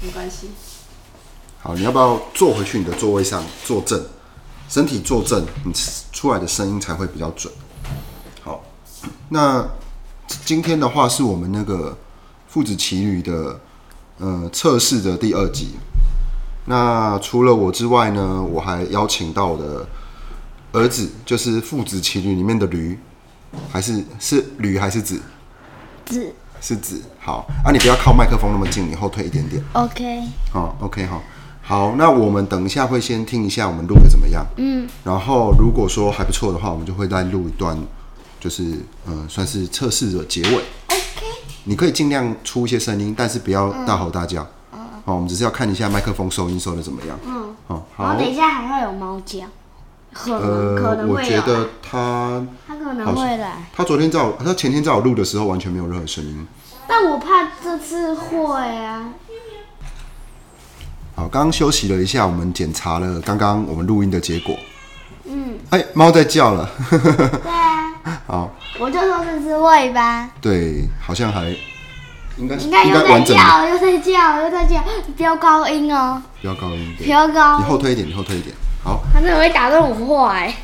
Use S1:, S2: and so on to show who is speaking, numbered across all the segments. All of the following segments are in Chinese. S1: 没关系。
S2: 好，你要不要坐回去你的座位上坐正，身体坐正，你出来的声音才会比较准。好，那今天的话是我们那个父子骑旅的呃测试的第二集。那除了我之外呢，我还邀请到我的儿子，就是父子骑旅里面的驴，还是是驴还是子？
S3: 子
S2: 是子。好，啊，你不要靠麦克风那么近，你后退一点点。
S3: ，OK，
S2: 好、o k 好，好，那我们等一下会先听一下我们录的怎么样，嗯，然后如果说还不错的话，我们就会再录一段，就是嗯、呃算是测试的结尾。OK，你可以尽量出一些声音，但是不要大吼大叫。好，我们只是要看一下麦克风收音收的怎么样。嗯，好，
S3: 然哦
S2: 好
S3: 后，等一下还会有猫叫，可能、可
S2: 呃，
S3: 能
S2: 我
S3: 会
S2: 觉
S3: 有啊，
S2: 得他
S3: 它可能
S2: 好
S3: 会来，
S2: 他昨天在我他前天在我录的时候完全没有任何声音。
S3: 但我怕这次会 啊。
S2: 好，刚刚休息了一下，我们检查了刚刚我们录音的结果。嗯，哎，猫在叫了。
S3: 对啊，
S2: 好，
S3: 我就说这次会吧。
S2: 对，好像还应该是
S3: 你看
S2: 应
S3: 又
S2: 该
S3: 在
S2: 完整的，
S3: 叫，又在叫，又在叫，不要高音哦，
S2: 不要高音一
S3: 不
S2: 点，
S3: 要高
S2: 你后
S3: 音，
S2: 退一点，你后退一点。好，
S3: 它真的会打断我话哎。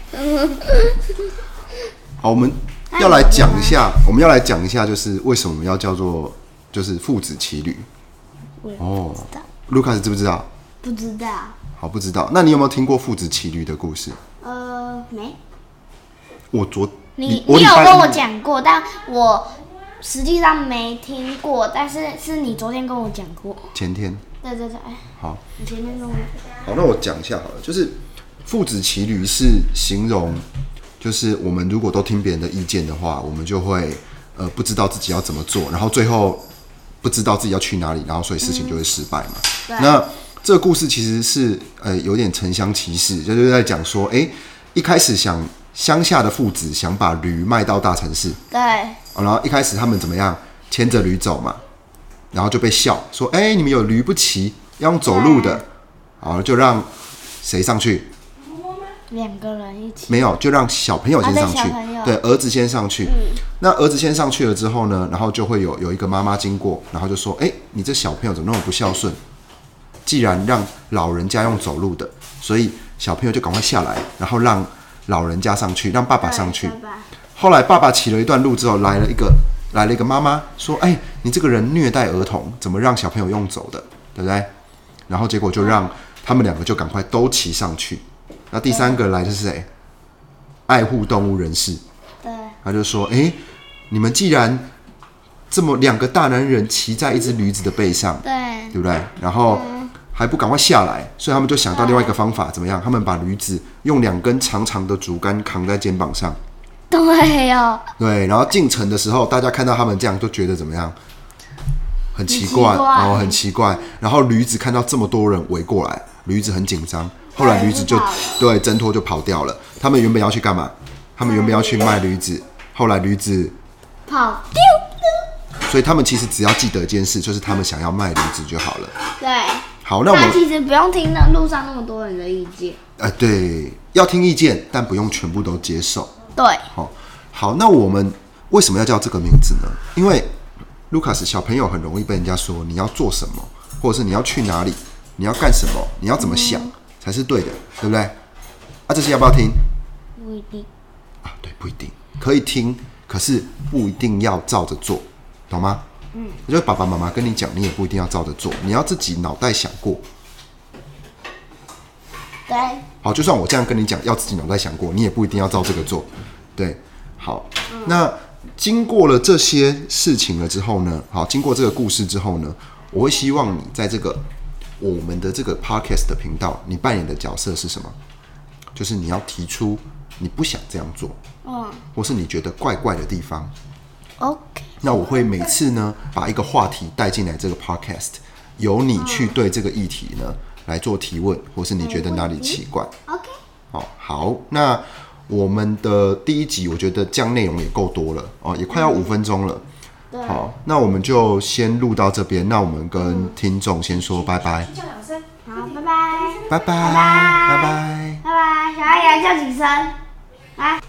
S2: 好，我们要来讲一下，我们要来讲一下，就是为什么我们要叫做就是父子骑旅。哦，卢卡斯知不知道？
S3: 不知道，
S2: 好，不知道。那你有没有听过父子骑旅的故事？
S3: 呃，没。
S2: 我昨
S3: 你
S2: 我
S3: 你
S2: 礼
S3: 有
S2: 拜
S3: 跟我
S2: 一
S3: 讲过，但我实际上没听过，但是是你昨天跟我讲过。
S2: 前天
S3: 对对对，
S2: 好。
S3: 你前天跟我
S2: 好，那我讲一下好了，就是父子骑驴是形容，就是我们如果都听别人的意见的话，我们就会呃不知道自己要怎么做，然后最后不知道自己要去哪里，然后所以事情就会失败嘛。那这个故事其实是呃有点城乡歧视，就是在讲说，诶，一开始想乡下的父子想把驴卖到大城市，
S3: 对
S2: 哦然后一开始他们怎么样牵着驴走嘛，然后就被笑说：“哎、你们有驴不骑，要用走路的。”好，就让谁上去？
S3: 两个人一起，
S2: 没有，就让小朋友先上去。
S3: 啊对小朋友嗯
S2: 对，儿子先上去。那儿子先上去了之后呢，然后就会有有一个妈妈经过，然后就说：“哎、你这小朋友怎么那么不孝顺？既然让老人家用走路的，所以小朋友就赶快下来，然后让老人家上去，让爸爸上去。
S3: 对吧？
S2: 后来爸爸骑了一段路之后，来了一个来了一个妈妈说：“哎、你这个人虐待儿童，怎么让小朋友用走的，对不对？”然后结果就让他们两个就赶快都骑上去。那第三个来的是谁？爱护动物人士，
S3: 对，
S2: 他就说：“哎、你们既然这么两个大男人骑在一只驴子的背上，
S3: 对，
S2: 对不对？然后还不赶快下来，所以他们就想到另外一个方法，怎么样？他们把驴子用两根长长的竹竿扛在肩膀上。”
S3: 对哦，
S2: 对，然后进城的时候，大家看到他们这样，就觉得怎么样？很奇怪，
S3: 很奇怪
S2: 然后很奇怪。然后驴子看到这么多人围过来，驴子很紧张。后来驴子就
S3: 跑了
S2: 对挣脱就跑掉了。他们原本要去干嘛？他们原本要去卖驴子。后来驴子，
S3: 跑丢，
S2: 所以他们其实只要记得一件事，就是他们想要卖驴子就好了。
S3: 对，
S2: 好，那我
S3: 他
S2: 们
S3: 其实不用听那路上那么多人的意见，
S2: 呃，对，要听意见，但不用全部都接受。
S3: 对，
S2: 好、好，那我们为什么要叫这个名字呢？因为 Lucas 小朋友很容易被人家说你要做什么，或者是你要去哪里，你要干什么，你要怎么想、才是对的，对不对？啊，这些要不要听？
S3: 不一定，
S2: 啊，对，不一定可以听，可是不一定要照着做，懂吗？嗯，就是爸爸妈妈跟你讲，你也不一定要照着做，你要自己脑袋想过。
S3: 对，
S2: 好，就算我这样跟你讲，要自己脑袋想过，你也不一定要照这个做。对，好，那经过了这些事情了之后呢，好，经过这个故事之后呢，我会希望你在这个我们的这个 podcast 的频道，你扮演的角色是什么？就是你要提出你不想这样做，
S3: 嗯
S2: 或是你觉得怪怪的地方，
S3: ，OK，
S2: 那我会每次呢把一个话题带进来这个 podcast，由你去对这个议题呢来做提问，或是你觉得哪里奇怪。
S3: OK
S2: 哦，好，那我们的第一集我觉得这样内容也够多了哦，也快要五分钟了。
S3: 嗯
S2: 好，那我们就先录到这边，那我们
S3: 嗯
S2: 跟听众先说拜拜，
S4: 叫两声。
S3: 好，拜拜，
S2: 拜拜，拜拜。
S3: 拜拜，小阿姨来叫几声，来。